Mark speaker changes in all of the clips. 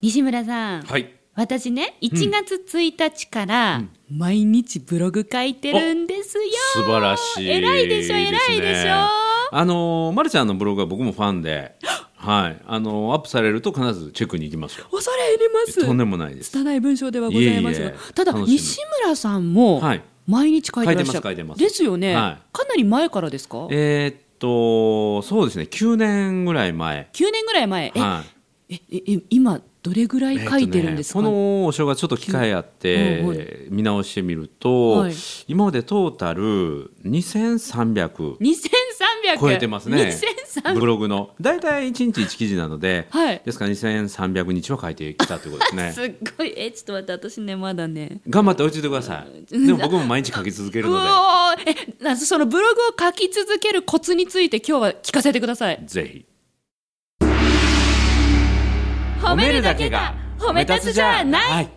Speaker 1: 西村さん、
Speaker 2: はい。
Speaker 1: 私ね1月1日から毎日ブログ書いてるんですよ、
Speaker 2: 素晴らしいすね。
Speaker 1: 偉いでしょ偉いでしょ
Speaker 2: あのー、まるちゃんのブログは僕もファ ンで、はい。あのー、アップされると必ずチェックに行きますよ。
Speaker 1: 恐れ入ります
Speaker 2: とんでもないです。
Speaker 1: 拙い文章ではございますが
Speaker 2: いえいえ
Speaker 1: ただ
Speaker 2: 楽しみ
Speaker 1: 西村さんも
Speaker 2: はい
Speaker 1: 毎日書いてらっしゃる、
Speaker 2: 書いてます書いてます
Speaker 1: ですよね、
Speaker 2: は
Speaker 1: かなり前からですか9
Speaker 2: えーっと、そうですね。9年ぐらい前。
Speaker 1: 年ぐらい前、え
Speaker 2: はい。
Speaker 1: えええ今どれぐらい書いてるんですか、
Speaker 2: えっとねこのお正月ちょっと機会あっ
Speaker 1: うんうん
Speaker 2: て見直してみると、
Speaker 1: はい
Speaker 2: 今までトータル2300
Speaker 1: 2300
Speaker 2: 超えてますね
Speaker 1: 2300
Speaker 2: ブログの大体1日1記事なので、
Speaker 1: はい
Speaker 2: ですから2300日は書いてきたというこ とです
Speaker 1: すっ
Speaker 2: ね
Speaker 1: ごいえちょっと待って私ねまだね
Speaker 2: 頑張って追いついてくださいでも僕も毎日書き続ける
Speaker 1: う
Speaker 2: ので
Speaker 1: おーえなそのブログを書き続けるコツについて今日は聞かせてください
Speaker 2: ぜひ
Speaker 1: 褒
Speaker 2: はい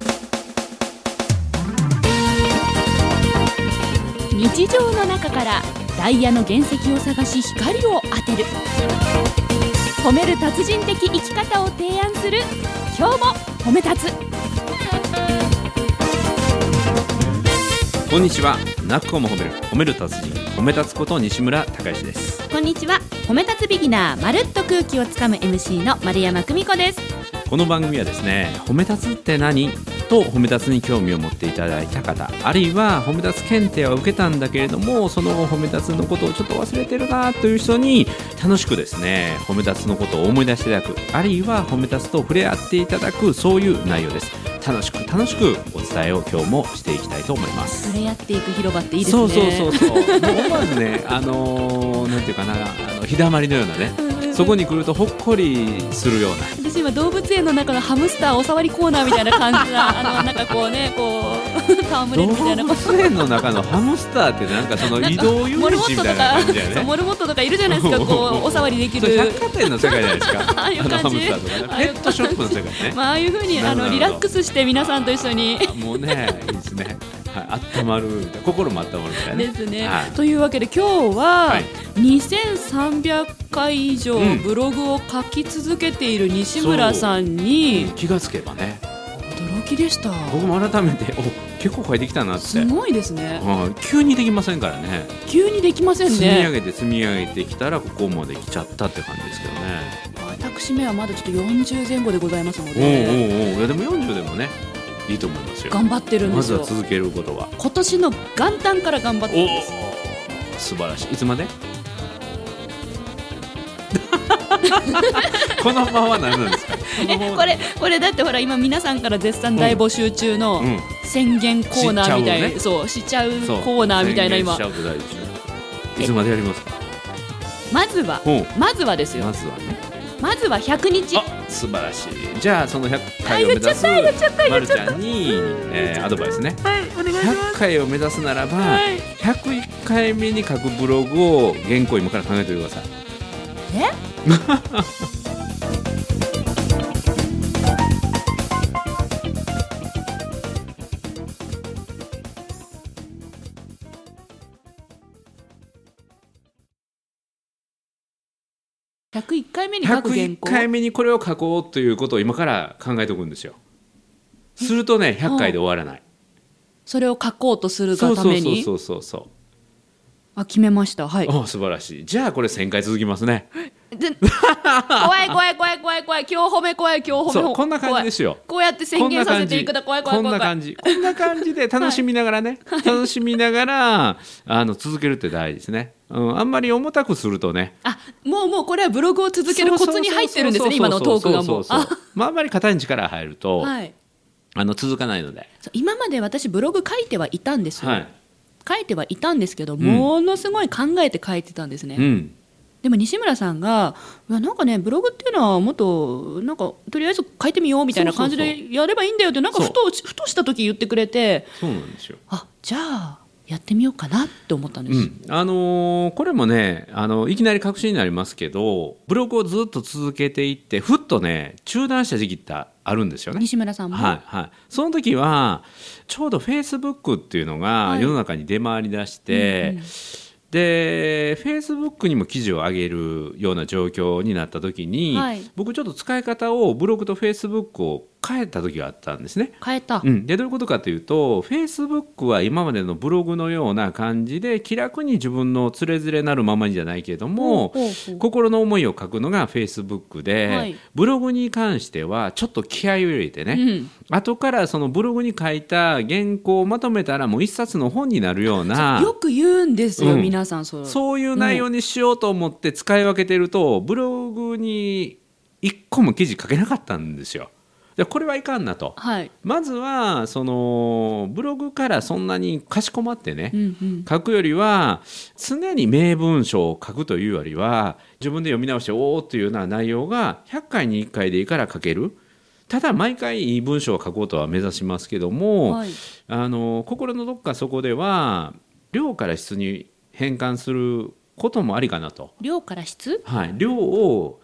Speaker 1: 日常の中からダイヤの原石を探し光を当てる褒める達人的生き方を提案する今日も褒め立つ
Speaker 2: こんにちは泣く子も褒める褒める達人褒め立つこと西村孝之です
Speaker 1: こんにちは褒め立つビギナーまるっと空気をつかむ MC の丸山久美子です
Speaker 2: この番組はですね褒め立つって何と褒め立つに興味を持っていただいた方あるいは褒め立つ検定は受けたんだけれどもその後褒め立つのことをちょっと忘れてるなという人に楽しくですね褒め立つのことを思い出していただくあるいは褒め立つと触れ合っていただくそういう内容です楽しく楽しくお伝えを今日もしていきたいと思います
Speaker 1: 触れ合っていく広場っていいですね
Speaker 2: そうそうそうそうもう思わずねあのーなんていうかなあの日だまりのようなねそこに来るとほっこりするような
Speaker 1: 私今動物園の中のハムスターおさわりコーナーみたいな感じ なあのなんかこうねこう 戯れ
Speaker 2: 動
Speaker 1: るみたいな
Speaker 2: 物園の中のハムスターってなんかその移動遊
Speaker 1: モル
Speaker 2: 園
Speaker 1: モ
Speaker 2: 地
Speaker 1: ッ
Speaker 2: み
Speaker 1: トと
Speaker 2: たいな
Speaker 1: か
Speaker 2: 感じだ
Speaker 1: そう
Speaker 2: よね。
Speaker 1: モルモットとかいるじゃない ですかこうおさわりでき
Speaker 2: それ
Speaker 1: る
Speaker 2: 百貨店の世界じゃないですか。
Speaker 1: ああいう
Speaker 2: あの
Speaker 1: 感じ
Speaker 2: ハムスターとかね
Speaker 1: ああい
Speaker 2: ペ
Speaker 1: う感じ
Speaker 2: ットショップの世界ね。
Speaker 1: まあああいう風にあ
Speaker 2: な
Speaker 1: の
Speaker 2: るほど
Speaker 1: リラックスして皆さんと一緒に
Speaker 2: あもうねいいですね。はい、あったまるみたいな心もあったまるみたいなね。
Speaker 1: ですね
Speaker 2: はい。
Speaker 1: というわけで今日は
Speaker 2: はい
Speaker 1: 2300回以上
Speaker 2: うん
Speaker 1: ブログを書き続けている西村さんに
Speaker 2: 気がつけばね。
Speaker 1: 驚きでした
Speaker 2: 僕も改めてお結構書いてきたなって。
Speaker 1: すごいですね
Speaker 2: うん急にできませんからね
Speaker 1: 急にできません
Speaker 2: 積み上
Speaker 1: ね
Speaker 2: げて積み上げてきたらここまで来ちゃったって感じですけどね。
Speaker 1: 私めはまだちょっと40前後でございますの
Speaker 2: おうお
Speaker 1: で
Speaker 2: うおういやでも40でもねいいと思いますよ。
Speaker 1: 頑張ってるんで
Speaker 2: ますずは
Speaker 1: よ
Speaker 2: 続けることは。
Speaker 1: 今年の元旦から頑張ってるんです
Speaker 2: お素晴らしいいつまで このまま何なんですか
Speaker 1: えこれこれだってほら今皆さんから絶賛大募集中の
Speaker 2: うん
Speaker 1: 宣言コーナーみたいな、
Speaker 2: し
Speaker 1: そうしちゃうコ
Speaker 2: そう
Speaker 1: ーナーみたいな
Speaker 2: 宣言
Speaker 1: 今
Speaker 2: しちゃうと大事ですよいつまでやりますか
Speaker 1: まずは
Speaker 2: うん
Speaker 1: まずはですよ
Speaker 2: まずはね
Speaker 1: まずは100日
Speaker 2: あ素晴らしいじゃあその100回を目指すまるちゃんにえーアドバイスね
Speaker 1: はいお願いしま
Speaker 2: 100回を目指すならば、
Speaker 1: はい
Speaker 2: 101回目に書くブログを原稿今から考えておいてください
Speaker 1: す101回目に書く原
Speaker 2: 101
Speaker 1: 稿
Speaker 2: 回目にこれを書こうということを今から考えておくんですよするとね100回で終わらない
Speaker 1: それを書こうとする
Speaker 2: そ
Speaker 1: が
Speaker 2: う
Speaker 1: た
Speaker 2: そう
Speaker 1: め
Speaker 2: そう
Speaker 1: に
Speaker 2: そうそうそ
Speaker 1: あ決めましたはいう
Speaker 2: お素晴らしいじゃあこれ1000回続きますね
Speaker 1: で怖い怖い怖い怖い怖い今日褒め怖い今日褒め
Speaker 2: そうこんな感じですよ
Speaker 1: 怖いこうやって宣言させていくだ怖い怖い
Speaker 2: こん
Speaker 1: 怖
Speaker 2: ない
Speaker 1: 怖い
Speaker 2: 感じこんな感じで楽しみながらね、楽しみながらあの続けるって大事ですね、うん、あんまり重たくするとね
Speaker 1: あもうもうこれはブログを続けるコツに入ってるんですね今のトークがもう
Speaker 2: そうそう
Speaker 1: あ
Speaker 2: そうそうまああんまり肩に力入ると、
Speaker 1: はい
Speaker 2: あの続かないので、
Speaker 1: そう今まで私ブログ書いてはいたんですよ、
Speaker 2: はい
Speaker 1: 書いてはいたんですけど、
Speaker 2: ん
Speaker 1: ものすごい考えて書いてたんですね、
Speaker 2: うん、
Speaker 1: でも西村さんがいやなんかねブログっていうのはもっとなんかとりあえず書いてみようみたいな感じ
Speaker 2: そうそ
Speaker 1: でやればいいんだよってなんかふとふとした時言ってくれて
Speaker 2: そうなんですよ
Speaker 1: あじゃあやってみようかなって思ったんです、
Speaker 2: うんあのーこれもね、あのいきなり確信になりますけどブログをずっと続けていってふっとね中断した時期ってあるんですよね。
Speaker 1: 西村さんも、
Speaker 2: はいはい、その時はちょうどフェイスブックっていうのが
Speaker 1: はい
Speaker 2: 世の中に出回りだして、でフェイスブックにも記事を上げるような状況になった時に、
Speaker 1: はい
Speaker 2: 僕ちょっと使い方をブログとフェイスブックを変えた時があったんですね。
Speaker 1: 変えた、
Speaker 2: うん、でどういうことかというとフェイスブックは今までのブログのような感じで気楽に自分のつれづれなるままにじゃないけれども、
Speaker 1: ほうほうほう
Speaker 2: 心の思いを書くのがフェイスブックで、
Speaker 1: はい
Speaker 2: ブログに関してはちょっと気合を入れてね、
Speaker 1: うん
Speaker 2: 後からそのブログに書いた原稿をまとめたらもう一冊の本になるような
Speaker 1: よく言うんですよ、
Speaker 2: うん
Speaker 1: 皆さんそれ
Speaker 2: そういう内容にしようと思って使い分けてると、ブログに一個も記事書けなかったんですよ。でこれはいかんなと。
Speaker 1: はい、
Speaker 2: まずはそのブログからそんなにかしこまってね、
Speaker 1: うんうん、
Speaker 2: 書くよりは常に名文章を書くというよりは自分で読み直しておおというような内容が100回に1回でいいから書けるただ毎回いい文章を書こうとは目指しますけども、
Speaker 1: はい
Speaker 2: あの心のどっかそこでは量から質に変換することもありかなと。
Speaker 1: 量から質
Speaker 2: はい、量を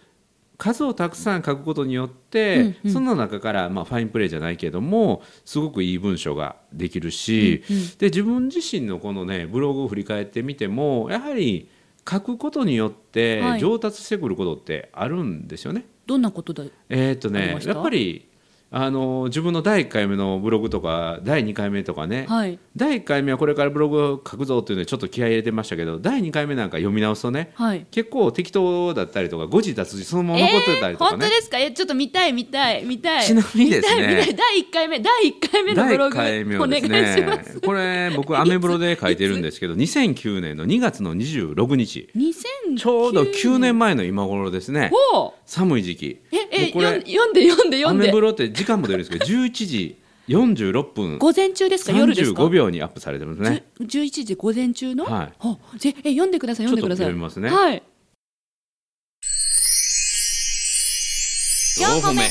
Speaker 2: 数をたくさん書くことによって、
Speaker 1: うんうん
Speaker 2: その中から、まあ、ファインプレーじゃないけどもすごくいい文章ができるし、
Speaker 1: うんうん
Speaker 2: で自分自身のこのねブログを振り返ってみてもやはり書くことによって
Speaker 1: はい
Speaker 2: 上達してくることってあるんですよね。
Speaker 1: どんなことだ
Speaker 2: えーっと
Speaker 1: あり
Speaker 2: ね
Speaker 1: ました
Speaker 2: やっぱりあの自分の第1回目のブログとか第2回目とかね、
Speaker 1: はい
Speaker 2: 第1回目はこれからブログを書くぞっていうのでちょっと気合い入れてましたけど第2回目なんか読み直すとね
Speaker 1: はい
Speaker 2: 結構適当だったりとか誤字脱字そのまま残ってたりとか
Speaker 1: 本当
Speaker 2: ね、
Speaker 1: ですかいやちょっと見たい見たい見たい
Speaker 2: ちなみにですね
Speaker 1: 見たい見たい第1回目第1回目のブロ
Speaker 2: 第1
Speaker 1: グ
Speaker 2: 回目
Speaker 1: お
Speaker 2: を
Speaker 1: 願
Speaker 2: で
Speaker 1: い
Speaker 2: す
Speaker 1: しま
Speaker 2: ね
Speaker 1: す
Speaker 2: これ僕アメブロで書いてるんですけど2009年の2月の26日
Speaker 1: 2009
Speaker 2: ちょうど9年前の今頃ですね
Speaker 1: ほう
Speaker 2: 寒い時期
Speaker 1: ええ
Speaker 2: もうこれ
Speaker 1: 読ん読んで読んで
Speaker 2: ア
Speaker 1: 読ん
Speaker 2: メ
Speaker 1: で
Speaker 2: ブロって時間も出るんですけど11時46分
Speaker 1: 午前中ですか夜ですか
Speaker 2: 35秒にアップされてますね
Speaker 1: じゅ11時午前中の、
Speaker 2: はい
Speaker 1: ほうぜえ読んでください読んでください
Speaker 2: ちょっと読みますね
Speaker 1: はい
Speaker 2: 4
Speaker 1: 個目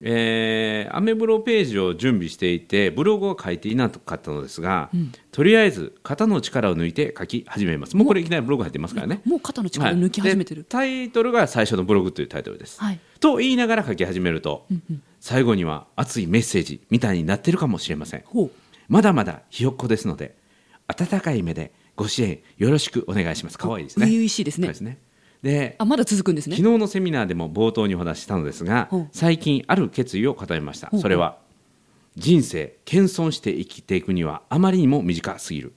Speaker 2: えーアメブロページを準備していてブログを書いていなかったのですが、
Speaker 1: うん
Speaker 2: とりあえず肩の力を抜いて書き始めますもうこれいきなりブログ入ってますからね
Speaker 1: もう肩の力を抜き始めて
Speaker 2: は
Speaker 1: る
Speaker 2: いでタイトルが最初のブログというタイトルです、
Speaker 1: はい、
Speaker 2: と言いながら書き始めると、
Speaker 1: うんうん、
Speaker 2: 最後には熱いメッセージみたいになってるかもしれません
Speaker 1: ほう
Speaker 2: まだまだひよっこですので温かい目でご支援よろしくお願いします可愛いですね
Speaker 1: 初々しいです
Speaker 2: そう
Speaker 1: ね
Speaker 2: ですねで
Speaker 1: あまだ続くんですね
Speaker 2: 昨日のセミナーでも冒頭にお話ししたのですが
Speaker 1: ほう
Speaker 2: 最近ある決意を固めました
Speaker 1: ほう
Speaker 2: それは人生謙遜して生きていくにはあまりにも短すぎる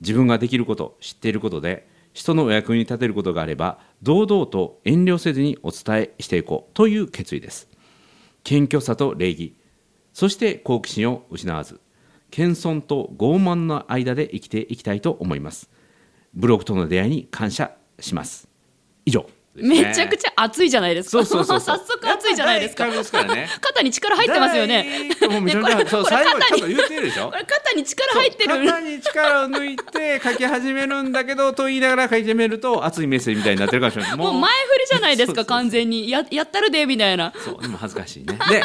Speaker 2: 自分ができること知っていることで人のお役に立てることがあれば堂々と遠慮せずにお伝えしていこうという決意です謙虚さと礼儀そして好奇心を失わず謙遜と傲慢の間で生きていきたいと思いますブログとの出会いに感謝します以上ですね
Speaker 1: めちゃくちゃ暑いじゃないですか。
Speaker 2: そうそうそうそう
Speaker 1: 早速暑いじゃないですか
Speaker 2: や。っぱ第一回目ですからね
Speaker 1: 肩に力入ってますよね。
Speaker 2: 第一もうめちゃくちゃそう最後にちょっと
Speaker 1: に
Speaker 2: 言ってるでしょ
Speaker 1: これ肩に力入って
Speaker 2: そう肩
Speaker 1: る。
Speaker 2: に力を抜いて書き始めるんだけどと言いながら書き始めると熱いメッセージみたいになってるかもしれな い
Speaker 1: もう前振りじゃないです
Speaker 2: そ
Speaker 1: か
Speaker 2: うそうそう
Speaker 1: 完全にややったるでみたいな。
Speaker 2: そうでも恥ずかしいねで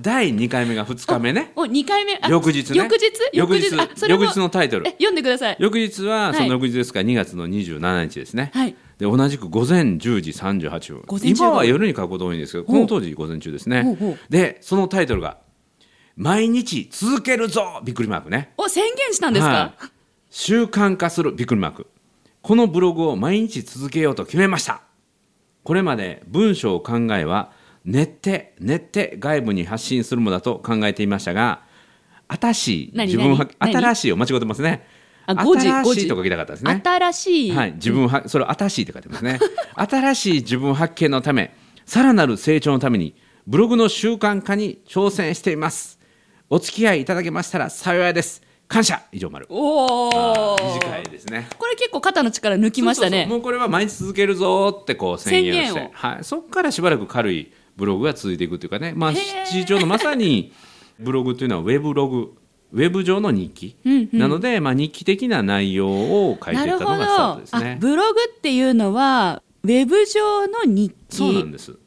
Speaker 2: 第2回目が2日目ね
Speaker 1: お二回目。あ
Speaker 2: 翌日ね
Speaker 1: 翌日
Speaker 2: 翌日
Speaker 1: あそれも
Speaker 2: 翌日のタイトル
Speaker 1: え読んでください。
Speaker 2: 翌日は
Speaker 1: はい
Speaker 2: その翌日ですから2月の27日ですね、
Speaker 1: はい
Speaker 2: で同じく午前10時38分
Speaker 1: 午前15
Speaker 2: 今は夜に書くことが多いんですけどこの当時午前中ですね
Speaker 1: ほうほう
Speaker 2: でそのタイトルが「毎日続けるぞ!」びっくりマークね
Speaker 1: お宣言したんですか
Speaker 2: は。い習慣化するびっくりマークこのブログを毎日続けようと決めましたこれまで文章を考えは練って練って外部に発信するものだと考えていましたが新しい
Speaker 1: 何
Speaker 2: 自分は
Speaker 1: 何何
Speaker 2: 新しいを間違ってますね
Speaker 1: あ誤字
Speaker 2: 新
Speaker 1: 誤
Speaker 2: し
Speaker 1: 字
Speaker 2: いと書きたかったですね
Speaker 1: 新しい。
Speaker 2: はい、自分は、それ、新しいって書いてますね。新しい自分発見のため、さらなる成長のために、ブログの習慣化に挑戦しています。お付き合いいただけましたら幸いです。感謝以上丸。
Speaker 1: おお。
Speaker 2: 短いですね。
Speaker 1: これ結構肩の力抜きました
Speaker 2: そうそうそうも
Speaker 1: ね。
Speaker 2: うこれは毎日続けるぞーってこう宣言をし
Speaker 1: 宣言を、
Speaker 2: てはい、そこからしばらく軽いブログが続いていくというかね、まあ、
Speaker 1: へー
Speaker 2: 日常のまさに ブログというのはウェブログウェブ上の日記
Speaker 1: うんうん
Speaker 2: なので、まあ、日記的な内容を書いてい
Speaker 1: な
Speaker 2: ったの
Speaker 1: る
Speaker 2: が
Speaker 1: ほ
Speaker 2: スタ
Speaker 1: ど。
Speaker 2: ートです
Speaker 1: あ
Speaker 2: ね。
Speaker 1: ブログっていうのはウェブ上の日記。
Speaker 2: そうなんです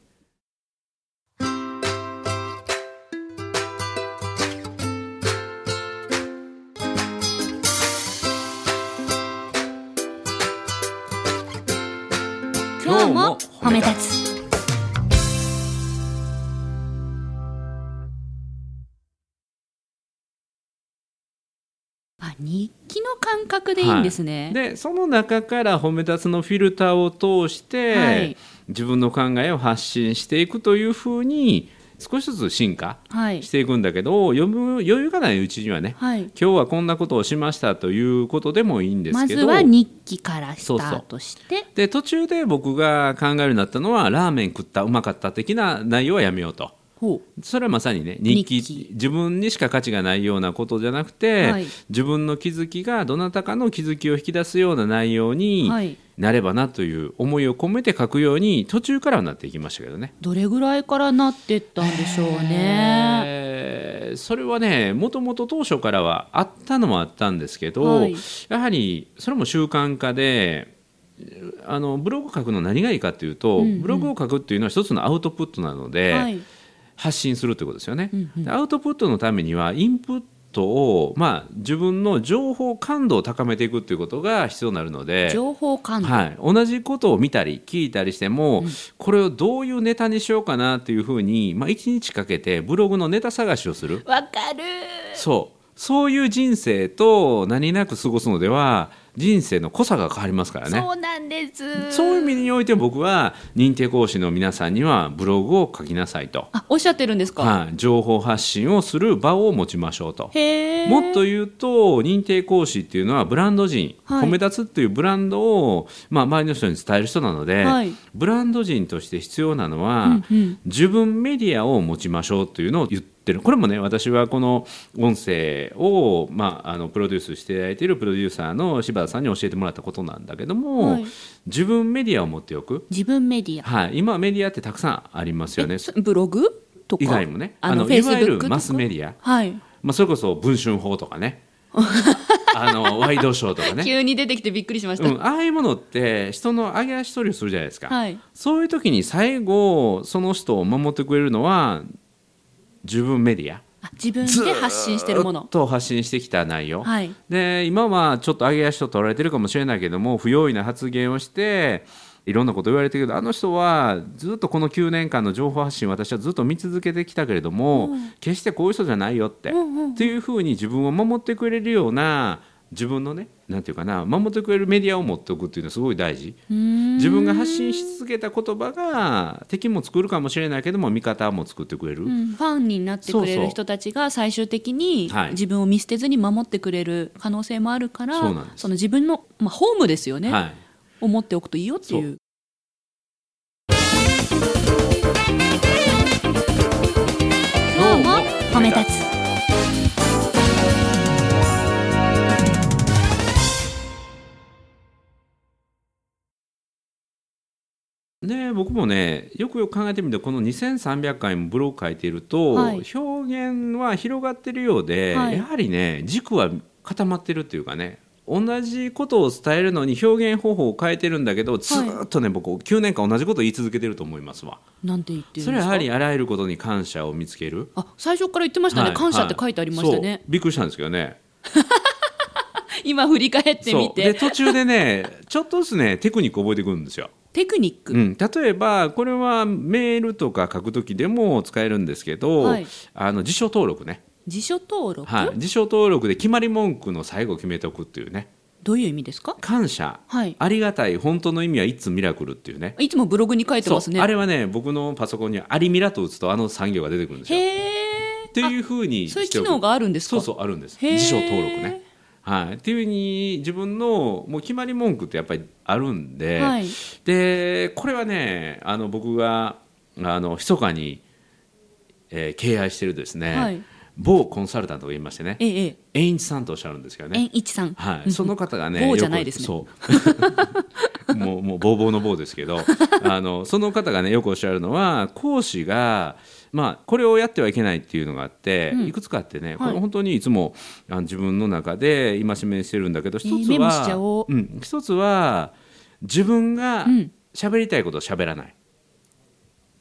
Speaker 1: 今日も褒め立つ。あ日記の感覚でいいんですね。
Speaker 2: でその中から褒め立つのフィルターを通して、
Speaker 1: はい
Speaker 2: 自分の考えを発信していくというふうに少しずつ進化
Speaker 1: はい
Speaker 2: していくんだけど、余分余裕がないうちにはね
Speaker 1: はい
Speaker 2: 今日はこんなことをしましたということでもいいんで
Speaker 1: ますず
Speaker 2: けど、
Speaker 1: は日記からス
Speaker 2: そう
Speaker 1: タ
Speaker 2: そう
Speaker 1: ートして
Speaker 2: で途中で僕が考えるようになったのはラーメン食ったうまかった的な内容はやめようと。
Speaker 1: ほ
Speaker 2: それはまさにね日記
Speaker 1: 日記
Speaker 2: 自分にしか価値がないようなことじゃなくて、
Speaker 1: はい
Speaker 2: 自分の気づきがどなたかの気づきを引き出すような内容
Speaker 1: う
Speaker 2: に
Speaker 1: はい
Speaker 2: なればなという思いを込めて書くように途中からはなっていきましたけどね。
Speaker 1: どれぐらいからなってったんでしょうね
Speaker 2: えーそれはねもともと当初からはあったのはあったんですけど、
Speaker 1: はい
Speaker 2: やはりそれも習慣化であのブログを書くの何がいいかというと、
Speaker 1: うんうん
Speaker 2: ブログを書くっていうのは一つのアウトプットなので、
Speaker 1: はい
Speaker 2: 発信するということですよね。
Speaker 1: うんうん
Speaker 2: でアウトプットのためにはインプットを、まあ、自分の情報感度を高めていくということが必要になるので。
Speaker 1: 情報感度
Speaker 2: はい、同じことを見たり聞いたりしても、これをどういうネタにしようかなというふうに、まあ、1日かけてブログのネタ探しをする
Speaker 1: わかる
Speaker 2: そうそういう人生と何なく過ごすのでは人生の濃さが変わりますからね
Speaker 1: そうなんです
Speaker 2: そういう意味において僕は認定講師の皆さんにはブログを書きなさいと、
Speaker 1: あおっしゃってるんですか、
Speaker 2: はい、情報発信をする場を持ちましょうと。
Speaker 1: へえ
Speaker 2: もっと言うと認定講師っていうのはブランド人、
Speaker 1: はい
Speaker 2: 褒め立つっていうブランドを、まあ、周りの人に伝える人なので、
Speaker 1: はい
Speaker 2: ブランド人として必要なのは、
Speaker 1: うんうん
Speaker 2: 自分メディアを持ちましょうというのを言ってるこれもね私はこの音声を、まあ、あのプロデュースしていただいているプロデューサーの柴田さんに教えてもらったことなんだけども、
Speaker 1: はい
Speaker 2: 自分メディアを持っておく、
Speaker 1: 自分メディア
Speaker 2: はい、今メディアってたくさんありますよね
Speaker 1: えそブログとか
Speaker 2: 以外もね
Speaker 1: あの
Speaker 2: あのいわゆ
Speaker 1: Facebook
Speaker 2: る
Speaker 1: とか
Speaker 2: マスメディア
Speaker 1: はい、
Speaker 2: まあ、それこそ文春法と かねあのワイドショーとかね、
Speaker 1: 急に出てきてびっくりしました、
Speaker 2: うん、ああいうものって人の上げ足取りをするじゃないですか、
Speaker 1: はい
Speaker 2: そういう時に最後その人を守ってくれるのは自分メディア
Speaker 1: あ自分で発信してるもの
Speaker 2: と発信してきた内容、
Speaker 1: はい
Speaker 2: で今はちょっと上げ足を取られてるかもしれないけども不用意な発言をしていろんなこと言われてるけどあの人はずっとこの9年間の情報発信を私はずっと見続けてきたけれども、決してこういう人じゃないよって、
Speaker 1: うんうん
Speaker 2: っていうふうに自分を守ってくれるような自分のねなんていうかな守ってくれるメディアを持っておくっていうのはすごい大事。
Speaker 1: うーん
Speaker 2: 自分が発信し続けた言葉が敵も作るかもしれないけども味方も作ってくれる、
Speaker 1: うんファンになってくれ
Speaker 2: そうそ
Speaker 1: る
Speaker 2: う
Speaker 1: 人たちが最終的に
Speaker 2: はい
Speaker 1: 自分を見捨てずに守ってくれる可能性もあるから、
Speaker 2: そうなんです
Speaker 1: の自分の、まあ、ホームですよね、
Speaker 2: はい、
Speaker 1: を持っておくといいよっていう今日も褒め立つ
Speaker 2: ね、僕もねよくよく考えてみるとこの2300回もブログ書いていると、
Speaker 1: はい
Speaker 2: 表現は広がってるようで、
Speaker 1: はい
Speaker 2: やはりね軸は固まってるっていうかね同じことを伝えるのに表現方法を変えてるんだけどずーっとね、僕9年間同じことを言い続けてると思いますわ
Speaker 1: なんて言ってるんですか
Speaker 2: それはやはりあらゆることに感謝を見つける
Speaker 1: あ最初から言ってましたね、
Speaker 2: はい
Speaker 1: 感謝って書いてありました
Speaker 2: はい
Speaker 1: ね
Speaker 2: そうびっくりしたんですけどね
Speaker 1: 今振り返ってみ
Speaker 2: そうで
Speaker 1: て
Speaker 2: 途中でねちょっとずつねテクニック覚えてくるんですよ
Speaker 1: テクニック、
Speaker 2: うん、例えばこれはメールとか書くときでも使えるんですけど、
Speaker 1: はい
Speaker 2: あの辞書登録ね、
Speaker 1: 辞書登録、
Speaker 2: はい、辞書登録で決まり文句の最後決めておくっていうね
Speaker 1: どういう意味ですか
Speaker 2: 感謝
Speaker 1: はい
Speaker 2: ありがたい本当の意味はいつミラクルっていうね
Speaker 1: いつもブログに書いてます
Speaker 2: そう
Speaker 1: ね
Speaker 2: あれはね僕のパソコンにはアリミラと打つとあの産業が出てくるんですよ。
Speaker 1: へえ
Speaker 2: っていうふうに
Speaker 1: そういう
Speaker 2: して
Speaker 1: 機
Speaker 2: おく
Speaker 1: 能があるんですか
Speaker 2: そうそうあるんです
Speaker 1: へー
Speaker 2: 辞書登録ね。はい、っていうふうに自分のもう決まり文句ってやっぱりあるんで、
Speaker 1: はい
Speaker 2: でこれはねあの僕があの密かに、えー敬愛してるですね、
Speaker 1: はい
Speaker 2: 某コンサルタントがいましてね
Speaker 1: えええ
Speaker 2: 栄一さんとおっしゃるんですけど
Speaker 1: え
Speaker 2: ね、
Speaker 1: 円一さん
Speaker 2: はい、その方がね
Speaker 1: 某
Speaker 2: よく
Speaker 1: じゃないですね
Speaker 2: そうもうもう ボーボーの棒ですけど あのその方がねよくおっしゃるのは講師がまあこれをやってはいけないっていうのがあって、
Speaker 1: うん
Speaker 2: いくつかあってね、
Speaker 1: はい
Speaker 2: これ本当にいつもあの自分の中で戒めにしてるんだけど一つは、
Speaker 1: えーメモしちゃおう
Speaker 2: うん、一つは自分が
Speaker 1: うん
Speaker 2: 喋りたいことを喋らない、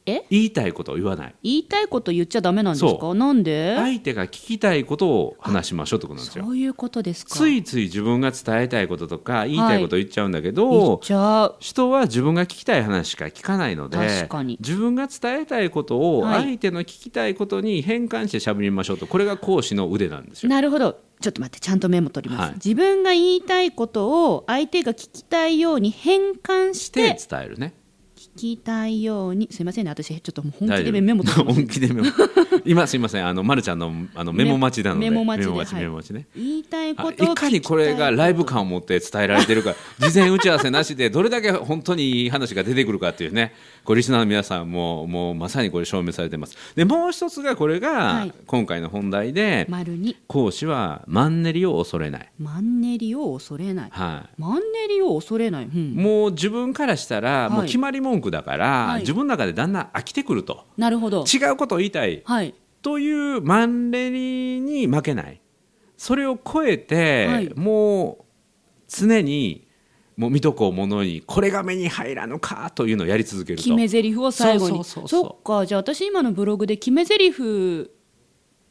Speaker 1: え
Speaker 2: 言いたいことを言わない
Speaker 1: 言いたいこと言っちゃダメなんです
Speaker 2: そ
Speaker 1: かなんで、
Speaker 2: 相手が聞きたいことを話しましょうってことなんですよ
Speaker 1: そういうことですか
Speaker 2: ついつい自分が伝えたいこととか言いたいことを言っちゃうんだけど、
Speaker 1: 言っちゃう
Speaker 2: 人は自分が聞きたい話しか聞かないので
Speaker 1: 確かに
Speaker 2: 自分が伝えたいことを
Speaker 1: はい
Speaker 2: 相手の聞きたいことに変換して喋りましょうとこれが講師の腕なんですよ。
Speaker 1: なるほどちょっと待ってちゃんとメモ取ります、
Speaker 2: はい
Speaker 1: 自分が言いたいことを相手が聞きたいように変換し
Speaker 2: で
Speaker 1: て
Speaker 2: 伝えるね
Speaker 1: 聞きたいようにすいませんね私ちょっともう本
Speaker 2: 大
Speaker 1: 気
Speaker 2: 丈
Speaker 1: で
Speaker 2: 夫
Speaker 1: メモ取っ てます
Speaker 2: 本気でメモ今すいませんあの、ま、るちゃんのあのメモ待ちなので
Speaker 1: メモ待ちで
Speaker 2: メモ待ち,、
Speaker 1: はい
Speaker 2: メモ待ちね
Speaker 1: 言いたい
Speaker 2: あ
Speaker 1: こ
Speaker 2: い
Speaker 1: とを聞きた
Speaker 2: かにこれがライブ感を持って伝えられてるか事前打ち合わせなしでどれだけ本当にいい話が出てくるかっていうねごリスナーの皆さんももうまさにこれ証明されてますでもう一つがこ
Speaker 1: は
Speaker 2: れが
Speaker 1: い
Speaker 2: 今回の本題で、
Speaker 1: 丸に
Speaker 2: 講師はマンネリを恐れない、
Speaker 1: マンネリを恐れない
Speaker 2: はい、
Speaker 1: マンネリを恐れない、うん、
Speaker 2: もう自分からした
Speaker 1: は
Speaker 2: ら、
Speaker 1: い
Speaker 2: もう決まり文句だから、
Speaker 1: はい
Speaker 2: 自分の中でだんだん飽きてくると
Speaker 1: なるほど
Speaker 2: 違うことを言いたい
Speaker 1: はい
Speaker 2: というマンネリに負けないそれを超えて、
Speaker 1: はい
Speaker 2: もう常にもう見とこうものにこれが目に入らぬかというのをやり続けると
Speaker 1: 決め台詞を最後に
Speaker 2: そうそうそうそう
Speaker 1: そっかじゃあ私今のブログで決め台詞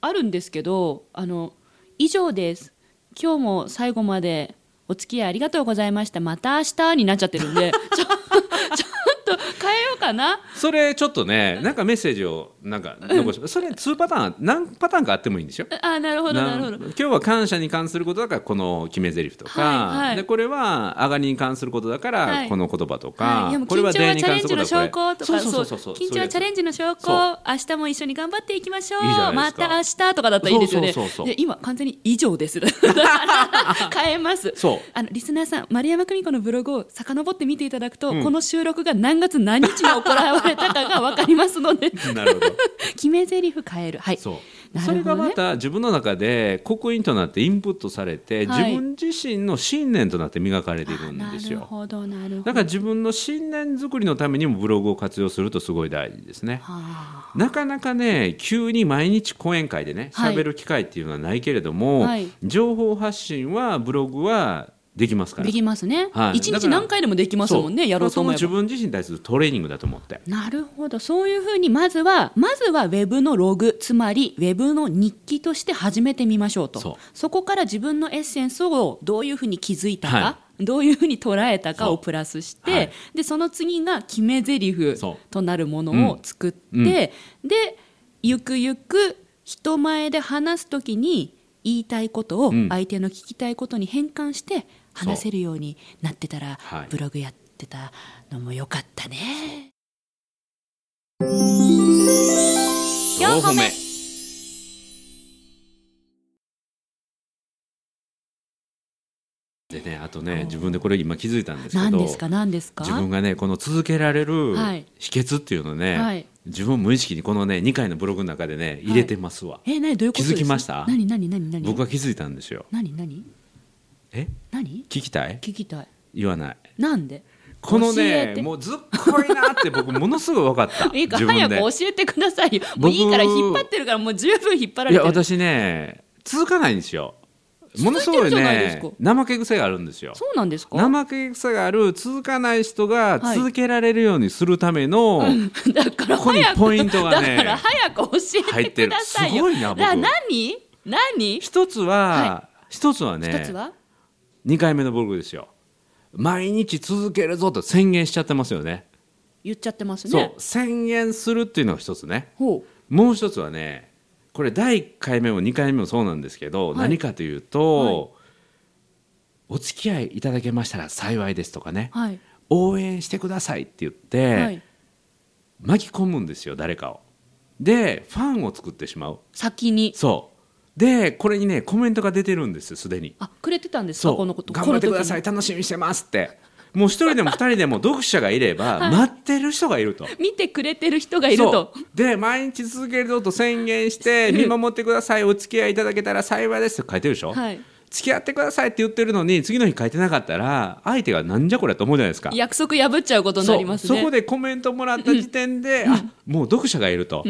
Speaker 1: あるんですけどあの以上です今日も最後までお付き合いありがとうございましたまた明日になっちゃってるん でちょちょっと変えようかな
Speaker 2: それちょっとねなんかメッセージをなんか残しそれ2パターン何パターンかあってもいいんでしょ
Speaker 1: あなるほどなるほど
Speaker 2: な今日は感謝に関することだからこの決め台詞とか、
Speaker 1: はいはい
Speaker 2: でこれは上がりに関することだか
Speaker 1: は
Speaker 2: ら
Speaker 1: い
Speaker 2: この言葉とか、
Speaker 1: はい、いやもう
Speaker 2: これ
Speaker 1: 緊張はチ
Speaker 2: 礼
Speaker 1: ャレンジの証拠
Speaker 2: これ
Speaker 1: とか、
Speaker 2: そう
Speaker 1: そ
Speaker 2: そううそうそう
Speaker 1: 緊張はチャレンジの証拠、
Speaker 2: そう
Speaker 1: 明日も一緒に頑張っていきましょう。
Speaker 2: いいじゃない
Speaker 1: ま
Speaker 2: ですか
Speaker 1: た明日とかだったらいいですよね。
Speaker 2: そうそうそうそう
Speaker 1: で今完全に以上 です。変えます。
Speaker 2: そう
Speaker 1: あのリスナーさん、丸山久美子のブログを遡って見ていただくと、この収録が何月何日に行われたかがわかりますの で、
Speaker 2: なるほど
Speaker 1: 決め台詞変える。はい。
Speaker 2: そう、
Speaker 1: なるほ
Speaker 2: そ
Speaker 1: どね
Speaker 2: れがまた自分の中で刻印となってインプットされて、
Speaker 1: はい
Speaker 2: 自分自身の信念となって磨かれているん
Speaker 1: な
Speaker 2: です
Speaker 1: る
Speaker 2: よ
Speaker 1: ほどなるほど。
Speaker 2: だから自分の信念作りのためにもブログを活用するとすごい大事ですね
Speaker 1: は
Speaker 2: なかなかね急に毎日講演会でね
Speaker 1: はい
Speaker 2: 喋る機会っていうのはないけれども、
Speaker 1: はい
Speaker 2: 情報発信はブログはできますか
Speaker 1: あ
Speaker 2: ら
Speaker 1: できますね。一、
Speaker 2: はいだか
Speaker 1: 日
Speaker 2: ら
Speaker 1: 何回でもできますもんね。
Speaker 2: そう
Speaker 1: やろうと思えば
Speaker 2: そ。の自分自身に対するトレーニングだと思って
Speaker 1: なるほどそういうふうにまずはまずはウェブのログつまりウェブの日記として始めてみましょうと
Speaker 2: そ
Speaker 1: こから自分のエッセンスをどういうふうに気づいたか、
Speaker 2: は
Speaker 1: どういうふうに捉えたか
Speaker 2: そ
Speaker 1: を
Speaker 2: う
Speaker 1: プラスして
Speaker 2: はい
Speaker 1: でその次が決め台詞
Speaker 2: そう
Speaker 1: となるものを作って、
Speaker 2: うんうん
Speaker 1: でゆくゆく人前で話すときに言いたいことを
Speaker 2: うん
Speaker 1: 相手の聞きたいことに変換して話せるようになってたら、
Speaker 2: はい
Speaker 1: ブログやってたのもよかったね。
Speaker 3: 四歩目
Speaker 2: でねあとね自分でこれ今気づいたんですけ
Speaker 1: 何
Speaker 2: ど
Speaker 1: ですか何ですか
Speaker 2: 自分がねこの続けられる
Speaker 1: はい
Speaker 2: 秘訣っていうのね、
Speaker 1: はい
Speaker 2: 自分無意識にこのね2回のブログの中でね入れてますわ、
Speaker 1: え何どういうことです
Speaker 2: 気づきました
Speaker 1: 何何何何
Speaker 2: 僕は気づいたんですよ
Speaker 1: 何何
Speaker 2: え
Speaker 1: 何
Speaker 2: 聞きたい
Speaker 1: 聞きたい
Speaker 2: 言わない
Speaker 1: なん で
Speaker 2: この
Speaker 1: 教え
Speaker 2: ね
Speaker 1: て
Speaker 2: もうずっこいなって僕ものすごい分かった
Speaker 1: いいか
Speaker 2: 自分
Speaker 1: 早く
Speaker 2: で
Speaker 1: 教えてくださいよもういいから引っ張ってるからもう十分引っ張られ
Speaker 2: いや
Speaker 1: てる
Speaker 2: 私ね続かないんですよものす
Speaker 1: 続
Speaker 2: ご
Speaker 1: い
Speaker 2: い
Speaker 1: てるじゃないです
Speaker 2: ね
Speaker 1: か
Speaker 2: 怠け癖があるんですよ
Speaker 1: そうなんですか
Speaker 2: 怠け癖がある続かない人が
Speaker 1: はい
Speaker 2: 続けられるようにするための、
Speaker 1: だから
Speaker 2: ここに
Speaker 1: 早く
Speaker 2: ポイントが
Speaker 1: だ
Speaker 2: ね
Speaker 1: から早く教
Speaker 2: 入
Speaker 1: え
Speaker 2: ってて
Speaker 1: く
Speaker 2: る
Speaker 1: ださい
Speaker 2: す
Speaker 1: よ
Speaker 2: ごいな僕
Speaker 1: だから何何
Speaker 2: 一つは、
Speaker 1: は
Speaker 2: 一つはね
Speaker 1: 一つは
Speaker 2: 2回目のブログですよ毎日続けるぞと宣言しちゃってますよね
Speaker 1: 言っちゃってます
Speaker 2: そう
Speaker 1: ね
Speaker 2: 宣言するっていうのが一つね
Speaker 1: ほう
Speaker 2: もう一つはねこれ第1回目も2回目もそうなんですけど、
Speaker 1: はい
Speaker 2: 何かというと、お付き合いいただけましたら幸いですとかね、
Speaker 1: はい
Speaker 2: 応援してくださいって言って、
Speaker 1: はい
Speaker 2: 巻き込むんですよ誰かをでファンを作ってしまう
Speaker 1: 先に
Speaker 2: そうでこれにねコメントが出てるんですすでに
Speaker 1: あくれてたんですか
Speaker 2: そう
Speaker 1: このこと
Speaker 2: 頑張ってください
Speaker 1: こ
Speaker 2: 楽しみにしてますってもう一人でも二人でも読者がいれば、
Speaker 1: はい
Speaker 2: 待ってる人がいると。
Speaker 1: の時に見てくれてる人がいると
Speaker 2: そうで毎日続けるぞと宣言して見守ってくださいお付き合いいただけたら幸いですって書いてるでしょ、
Speaker 1: はい
Speaker 2: 付き合ってくださいって言ってるのに次の日書いてなかったら相手がなんじゃこれと思うじゃないですか
Speaker 1: 約束破っちゃうことになりますね
Speaker 2: そうそこでコメントもらった時点で、あもう読者がいると、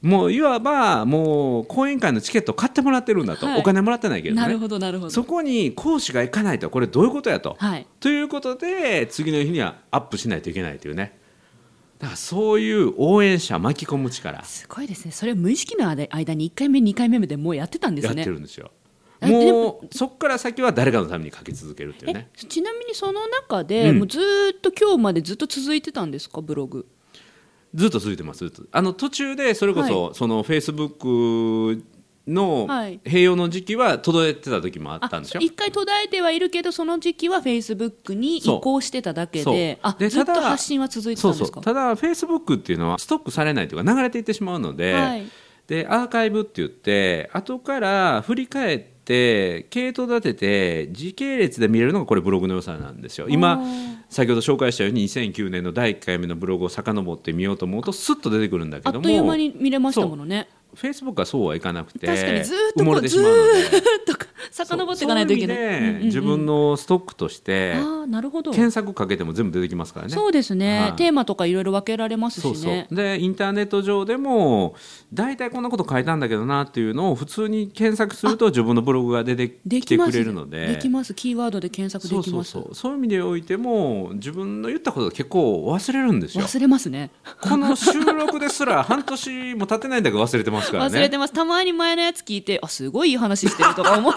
Speaker 2: もういわばもう講演会のチケット買ってもらってるんだと、
Speaker 1: はい
Speaker 2: お金もらってないけどね
Speaker 1: なるほどなるほど
Speaker 2: そこに講師が行かないとこれどういうことやと、
Speaker 1: はい
Speaker 2: ということで次の日にはアップしないといけないというねだからそういう応援者巻き込む力
Speaker 1: すごいですねそれは無意識の間間に1回目2回目でもうやってたんです
Speaker 2: やって
Speaker 1: ね
Speaker 2: るんですよ
Speaker 1: あでも
Speaker 2: もうそこから先は誰かのために書き続けるっていうね
Speaker 1: えちなみにその中で、
Speaker 2: うん
Speaker 1: もうずーっと今日までずっと続いてたんですかブログ
Speaker 2: ずっと続いてますずっとあの途中でそれこそ、そのフェイスブックの
Speaker 1: はい
Speaker 2: 併用の時期は途絶えてた時もあったんでしょ、
Speaker 1: 一回途絶えてはいるけどその時期はフェイスブックに移
Speaker 2: そう
Speaker 1: 行してただけ
Speaker 2: そう
Speaker 1: であ
Speaker 2: で
Speaker 1: ずったと
Speaker 2: だ
Speaker 1: 発信は続いてた
Speaker 2: そ
Speaker 1: ん
Speaker 2: う
Speaker 1: ですか
Speaker 2: そうただフェイスブックっていうのはストックされないというか流れていってしまうので、
Speaker 1: はい
Speaker 2: でアーカイブって言って後から振り返って系統立てて時系列で見れるのがこれブログの良さなんですよ今
Speaker 1: あー
Speaker 2: 先ほど紹介したように2009年の第1回目のブログを遡ってみようと思うとスッと出てくるんだけ
Speaker 1: あっ
Speaker 2: ども
Speaker 1: という間に見れましたものね
Speaker 2: フェイスブックはそうはいかなくて
Speaker 1: 確かにずーっとこ
Speaker 2: 埋
Speaker 1: う
Speaker 2: もれてしまうので
Speaker 1: ずーっとか遡っていかないといけない
Speaker 2: そういう意味で
Speaker 1: うんうんうん
Speaker 2: 自分のストックとして
Speaker 1: ああなるほど
Speaker 2: 検索かけても全部出てきますからね
Speaker 1: そうですね、
Speaker 2: はい
Speaker 1: テーマとかいろいろ分けられますし
Speaker 2: そ
Speaker 1: ね
Speaker 2: うそうでインターネット上でも大体こんなこと書いたんだけどなっていうのを普通に検索すると自分のブログが出て
Speaker 1: で
Speaker 2: き
Speaker 1: き
Speaker 2: て
Speaker 1: ます
Speaker 2: くれるので
Speaker 1: できますキーワードで検索
Speaker 2: そ
Speaker 1: で
Speaker 2: う
Speaker 1: き
Speaker 2: そう
Speaker 1: ます
Speaker 2: そうそういう意味でおいても自分の言ったこと結構忘れるんですよ
Speaker 1: 忘れますね
Speaker 2: この収録ですら半年も経ってないんだけど忘れてますからね
Speaker 1: 忘れてますたまに前のやつ聞いてあすごいいい話してると か思う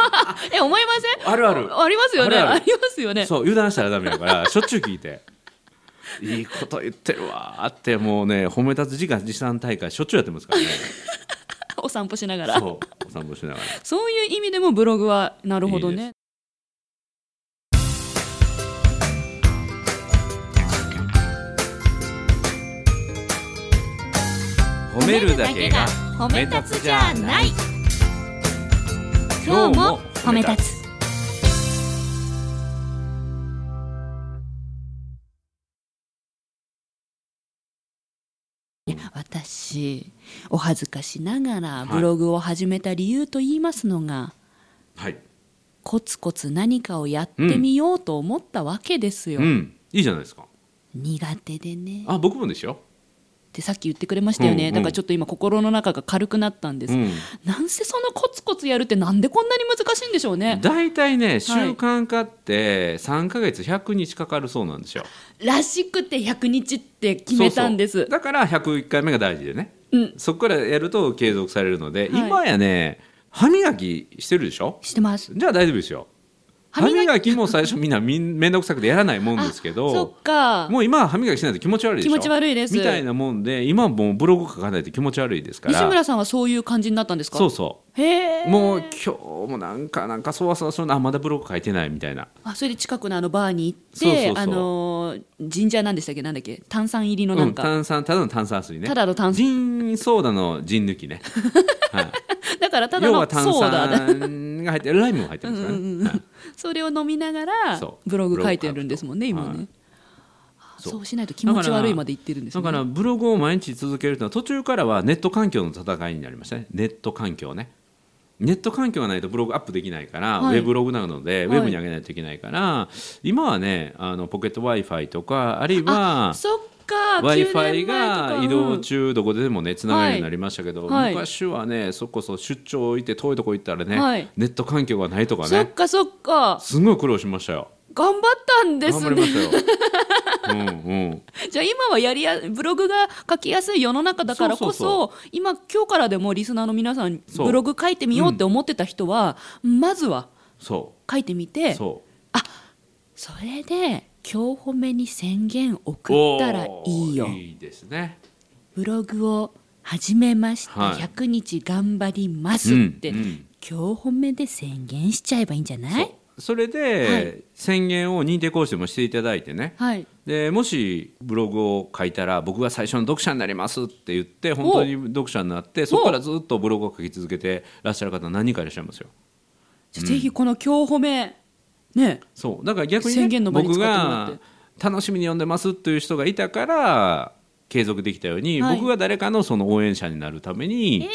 Speaker 1: え思いません
Speaker 2: あるある
Speaker 1: ありますよね
Speaker 2: ある
Speaker 1: あ
Speaker 2: ある
Speaker 1: りますよね
Speaker 2: そう油断したらダメだから しょっちゅう聞いていいこと言ってるわーってもうね褒め立つ時間持参大会しょっちゅうやってますからね
Speaker 1: お散歩しながらそう
Speaker 2: そうお散歩しながら
Speaker 1: いう意味でもブログはなるほどね
Speaker 2: いい褒めるだけが
Speaker 3: 褒
Speaker 2: め立つじゃない
Speaker 3: 今日も褒め立つ
Speaker 1: 私お恥ずかしながらブログを始めた理由と言いますのが、
Speaker 2: はい
Speaker 1: コツコツ何かをやってみようと思ったわけですよ、
Speaker 2: うんいいじゃないですか
Speaker 1: 苦手でね
Speaker 2: あ僕もですよ、
Speaker 1: ってさっき言ってくれましたよね、
Speaker 2: うんうん
Speaker 1: だからちょっと今心の中が軽くなったんです、
Speaker 2: うん、
Speaker 1: なんせそのコツコツやるってなんでこんなに難しいんでしょうね
Speaker 2: 大体ね習慣化って3か月100日かかるそうなんですよ
Speaker 1: らしくて100日って決めたんです
Speaker 2: そうそうだから101回目が大事でね
Speaker 1: うん
Speaker 2: そこからやると継続されるので、
Speaker 1: はい
Speaker 2: 今やね歯磨きしてるでしょ
Speaker 1: してます
Speaker 2: じゃあ大丈夫ですよ歯磨きも最初みんなみん面倒くさくてやらないもんですけ
Speaker 1: あそ
Speaker 2: ど
Speaker 1: っか
Speaker 2: もう今は歯磨きしないと気持ち悪いでしょ
Speaker 1: 気持ち悪いです
Speaker 2: みたいなもんで今はもうブログ書かないと気持ち悪いですから
Speaker 1: 西村さんはそういう感じになったんですか
Speaker 2: そうそ
Speaker 1: へえ
Speaker 2: うもう今日もなんかなんかそわそわするなあまだブログ書いてないみたいな
Speaker 1: あそれで近くのあのバーに行って
Speaker 2: そうそうそう
Speaker 1: あのージンジャーなんでしたっけなんだっけ炭酸入りのな
Speaker 2: うんん、
Speaker 1: か、
Speaker 2: 炭酸ただの炭酸水ね
Speaker 1: ただの炭酸
Speaker 2: ジンソーダのジン抜きね、はい、
Speaker 1: だからただ
Speaker 2: 要
Speaker 1: の
Speaker 2: は炭
Speaker 1: ソーダだ
Speaker 2: 酸が入ってライムも入ってますからね、はい
Speaker 1: それを飲みながら
Speaker 2: そう
Speaker 1: ブログ書いてるんですもんね
Speaker 2: ブロ
Speaker 1: 今
Speaker 2: グ書くと
Speaker 1: ね、あ
Speaker 2: そう
Speaker 1: そうしないと気持ち悪いまで言ってるんです
Speaker 2: だ
Speaker 1: ね
Speaker 2: からブログを毎日続けるというのは途中からはネット環境の戦いになりましたねネット環境ねネット環境がないとブログアップできないから、
Speaker 1: はい
Speaker 2: ウェブログなので、
Speaker 1: はい
Speaker 2: ウェブに上げないといけないから今はねあのポケット w i f i とかあるいは
Speaker 1: そっか
Speaker 2: w i f
Speaker 1: 9
Speaker 2: i
Speaker 1: 年前とか
Speaker 2: が移動中どこででもねつながるようになりましたけど、
Speaker 1: はい
Speaker 2: 昔はねそれこそ出張行って遠いとこ行ったらね、
Speaker 1: はい
Speaker 2: ネット環境がないと
Speaker 1: う
Speaker 2: か
Speaker 1: んそっ
Speaker 2: ね
Speaker 1: かそっか
Speaker 2: すごい苦労しましたよ
Speaker 1: 頑張ったんで
Speaker 2: 頑
Speaker 1: す
Speaker 2: 張りま
Speaker 1: ね
Speaker 2: したよ。うんうん
Speaker 1: じゃあ今はやりやブログが書きやすい世の中だからこそ
Speaker 2: そ
Speaker 1: 今今日からでもリスナーの皆さん
Speaker 2: そう
Speaker 1: ブログ書いてみようって思ってた人は、まずは
Speaker 2: そ
Speaker 1: 書いてみ
Speaker 2: う
Speaker 1: て
Speaker 2: そう
Speaker 1: それで今日褒めに宣言送ったらいいよ
Speaker 2: おーいいですね。
Speaker 1: ブログを始めました、
Speaker 2: はい
Speaker 1: 100日頑張りますって、
Speaker 2: うんうん
Speaker 1: 今日褒めで宣言しちゃえばいいんじゃない
Speaker 2: そうそれで、
Speaker 1: はい
Speaker 2: 宣言を認定講師でもしていただいてね。
Speaker 1: はい
Speaker 2: でもしブログを書いたら僕が最初の読者になりますって言って本当に読者になってそこからずっとブログを書き続けてらっしゃる方何人かいらっしゃいますよ。
Speaker 1: じゃあぜひこの今日褒めね
Speaker 2: そうだから逆に、ね、
Speaker 1: 宣言の場に使っ
Speaker 2: 僕
Speaker 1: てもらって
Speaker 2: が楽しみに読んでますっていう人がいたから継続できたように、
Speaker 1: はい
Speaker 2: 僕が誰かのその応援者になるために、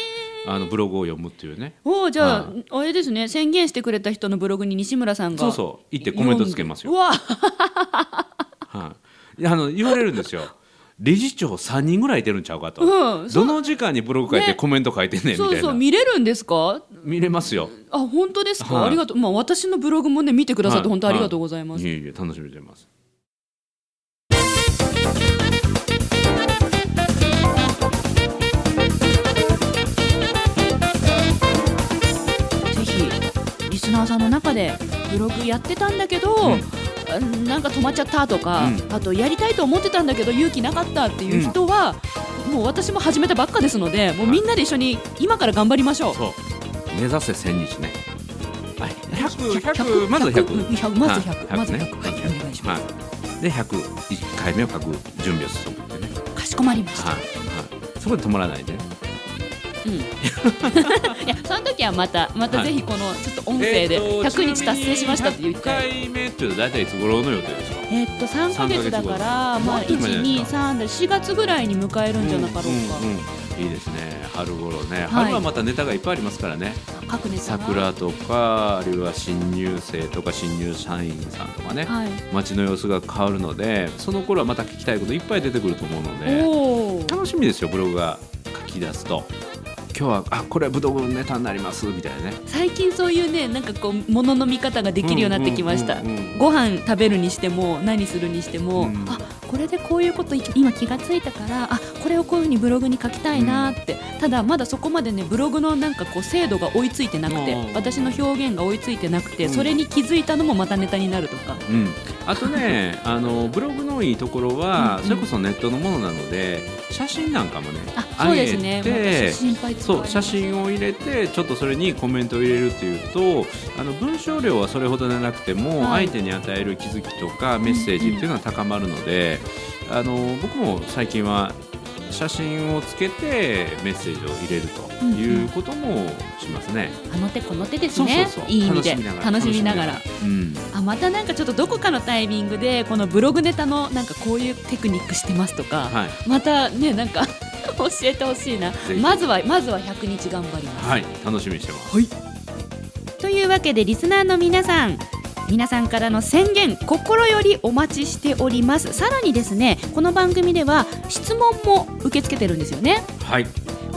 Speaker 2: あのブログを読むっていうね。
Speaker 1: おおじゃあ
Speaker 2: は
Speaker 1: あれですね宣言してくれた人のブログに西村さんが
Speaker 2: そうそう行ってコメントつけますよ
Speaker 1: うわ
Speaker 2: はい、いやあの言われるんですよ理事長3人ぐらいいてるんちゃうかと、
Speaker 1: うんそ
Speaker 2: どの時間にブログ書いて
Speaker 1: ね
Speaker 2: コメント書いてんねんみたいな、
Speaker 1: そうそう見れるんですか
Speaker 2: 見れますよ
Speaker 1: あ本当ですか、
Speaker 2: はい
Speaker 1: ありがとうまあ私のブログもね見てくださって
Speaker 2: はい
Speaker 1: 本当ありがとうございます、
Speaker 2: いえいえ楽しみにしてます
Speaker 1: ぜひリスナーさんの中でブログやってたんだけど、あなんか止まっちゃったとか、
Speaker 2: うん
Speaker 1: あとやりたいと思ってたんだけど勇気なかったっていう人は、もう私も始めたばっかですのでもうみんなで一緒に今から頑張りましょう
Speaker 2: そう目指せ1000日ね。はい、100、
Speaker 1: 100
Speaker 2: 100まず100。
Speaker 1: 100まず
Speaker 2: はい
Speaker 1: 100、まず100、
Speaker 2: ね
Speaker 1: はいお願いします、
Speaker 2: はい、で101回目を書く準備をするっていうね、
Speaker 1: かしこまりました、
Speaker 2: はいはい、そこで止まらないでね
Speaker 1: うんいやその時はまたまたぜひこのちょっと音声で
Speaker 2: えーと
Speaker 1: 100日達成しましたって言っ
Speaker 2: ちなみ
Speaker 1: て
Speaker 2: に100回目っていうと大体いつ頃の予定ですか
Speaker 1: えっと3か月だからま
Speaker 2: も
Speaker 1: あ
Speaker 2: っと今じゃないです
Speaker 1: 123で4月ぐらいに迎えるんじゃなかろうか、
Speaker 2: うんうんいいですね春頃ね
Speaker 1: い
Speaker 2: 春はまたネタがいっぱいありますからね、
Speaker 1: 各ネタが
Speaker 2: 桜とかあるいは新入生とか新入社員さんとかね、
Speaker 1: はい
Speaker 2: 街の様子が変わるのでその頃はまた聞きたいこといっぱい出てくると思うので
Speaker 1: おお
Speaker 2: 楽しみですよブログが書き出すと今日はあこれブドウネタになりますみたいなね
Speaker 1: 最近そういうねなんかこうものの見方ができるようになってきました、
Speaker 2: うんうんうんうん
Speaker 1: ご飯食べるにしても何するにしても、
Speaker 2: うん
Speaker 1: あこれでこういうことい今気がついたからあこれをこういうふうにブログに書きたいなって、ただまだそこまでねブログのなんかこう精度が追いついてなく
Speaker 2: うん
Speaker 1: て私の表現が追いついてなくて、
Speaker 2: うん
Speaker 1: それに気づいたのもまたネタになるとか、
Speaker 2: うん、あと ねあのブログのいいところは、
Speaker 1: うんうん
Speaker 2: それこそネットのものなので写真なんかもね
Speaker 1: あそうですね
Speaker 2: あ
Speaker 1: も
Speaker 2: えて
Speaker 1: う心配使い
Speaker 2: そ
Speaker 1: ま
Speaker 2: う
Speaker 1: す
Speaker 2: 写真を入れてちょっとそれにコメントを入れるっていうとあの文章量はそれほどじゃなくても、
Speaker 1: はい
Speaker 2: 相手に与える気づきとかメッセージっていうのは高まるので、あの僕も最近は写真をつけてメッセージを入れるということもしますね。
Speaker 1: あの手この手です
Speaker 2: そうそう
Speaker 1: ね
Speaker 2: そう
Speaker 1: いい意味で楽しみながら。
Speaker 2: うん
Speaker 1: あまたなんかちょっとどこかのタイミングでこのブログネタのなんかこういうテクニックしてますとか、
Speaker 2: はい
Speaker 1: またねなんか 教えてほしいな
Speaker 2: ひ
Speaker 1: まずはまずは100日頑張ります、
Speaker 2: はい、楽しみにしてます。
Speaker 1: というわけでリスナーの皆さん皆さんからの宣言心よりお待ちしておりますさらにですねこの番組では質問も受け付けてるんですよね
Speaker 2: はい、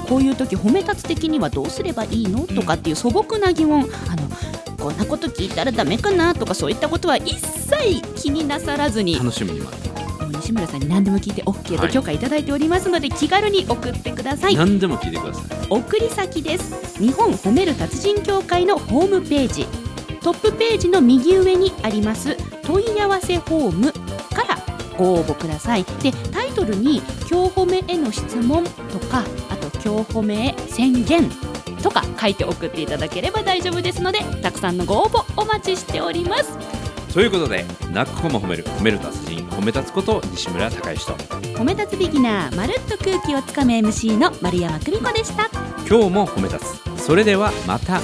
Speaker 1: こういう時褒め立つ的にはどうすればいいのとかっていう素朴な疑問あのこんなこと聞いたらダメかなとかそういったことは一切気になさらずに
Speaker 2: 楽しみに待ってます。
Speaker 1: もう西村さんに何でも聞いて OK
Speaker 2: は
Speaker 1: と
Speaker 2: い
Speaker 1: 許可いただいておりますので、気軽に送ってください
Speaker 2: 何でも聞いてください。
Speaker 1: 送り先です日本褒める達人協会のホームページトップページの右上にあります問い合わせフォームからご応募くださいでタイトルに「今日褒めへの質問」とかあと「今日褒めへ宣言」とか書いて送っていただければ大丈夫ですのでたくさんのご応募お待ちしております
Speaker 2: ということで、泣く子も褒める、褒める達人、褒め立つこと西村孝之と、
Speaker 1: 褒め立つビギナーまるっと空気をつかむ MC の丸山久美子でした
Speaker 2: 今日も褒め立つ。それではまた